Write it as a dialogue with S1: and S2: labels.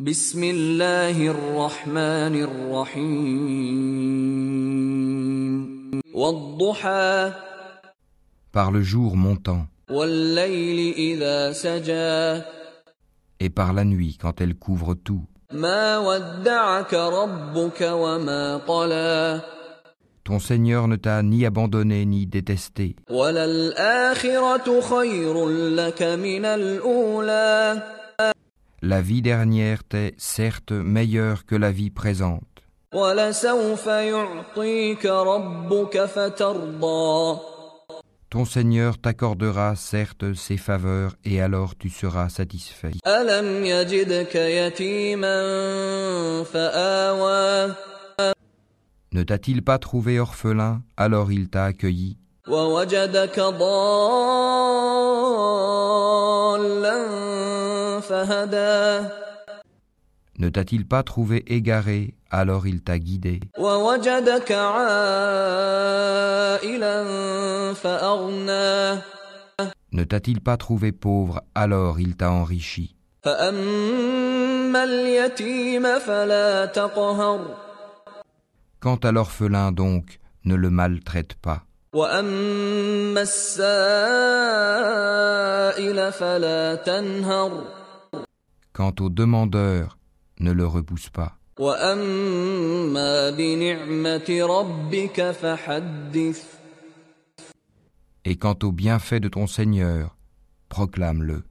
S1: بسم الله الرحمن الرحيم والضحى
S2: par le jour montant
S1: والليل إذا سجى
S2: et par la nuit quand elle couvre tout.
S1: ما ودعك ربك وما قلى
S2: Ton Seigneur ne t'a ni abandonné ni détesté,
S1: وللآخرة خير لك من الأولى
S2: la vie dernière t'est certes meilleure que la vie présente,
S1: ولسوف يعطيك ربك فترضى
S2: ton Seigneur t'accordera certes ses faveurs et alors tu seras satisfait.
S1: ألم يجدك يتيما فآوى
S2: Ne t'a-t-il pas trouvé orphelin, alors il t'a accueilli,
S1: ووجدك ضالا فهدى
S2: ne t'a-t-il pas trouvé égaré, alors il t'a guidé,
S1: ووجدك عائلا فأغنى
S2: ne t'a-t-il pas trouvé pauvre, alors il t'a enrichi.
S1: فأما اليتيم فلا تقهر
S2: Quant à l'orphelin donc, ne le maltraite pas,
S1: وأما السائل فلا تنهر
S2: quant au demandeur, ne le repousse pas.
S1: وأما بنعمة ربك فحدث
S2: Et quant au bienfait de ton Seigneur, proclame-le.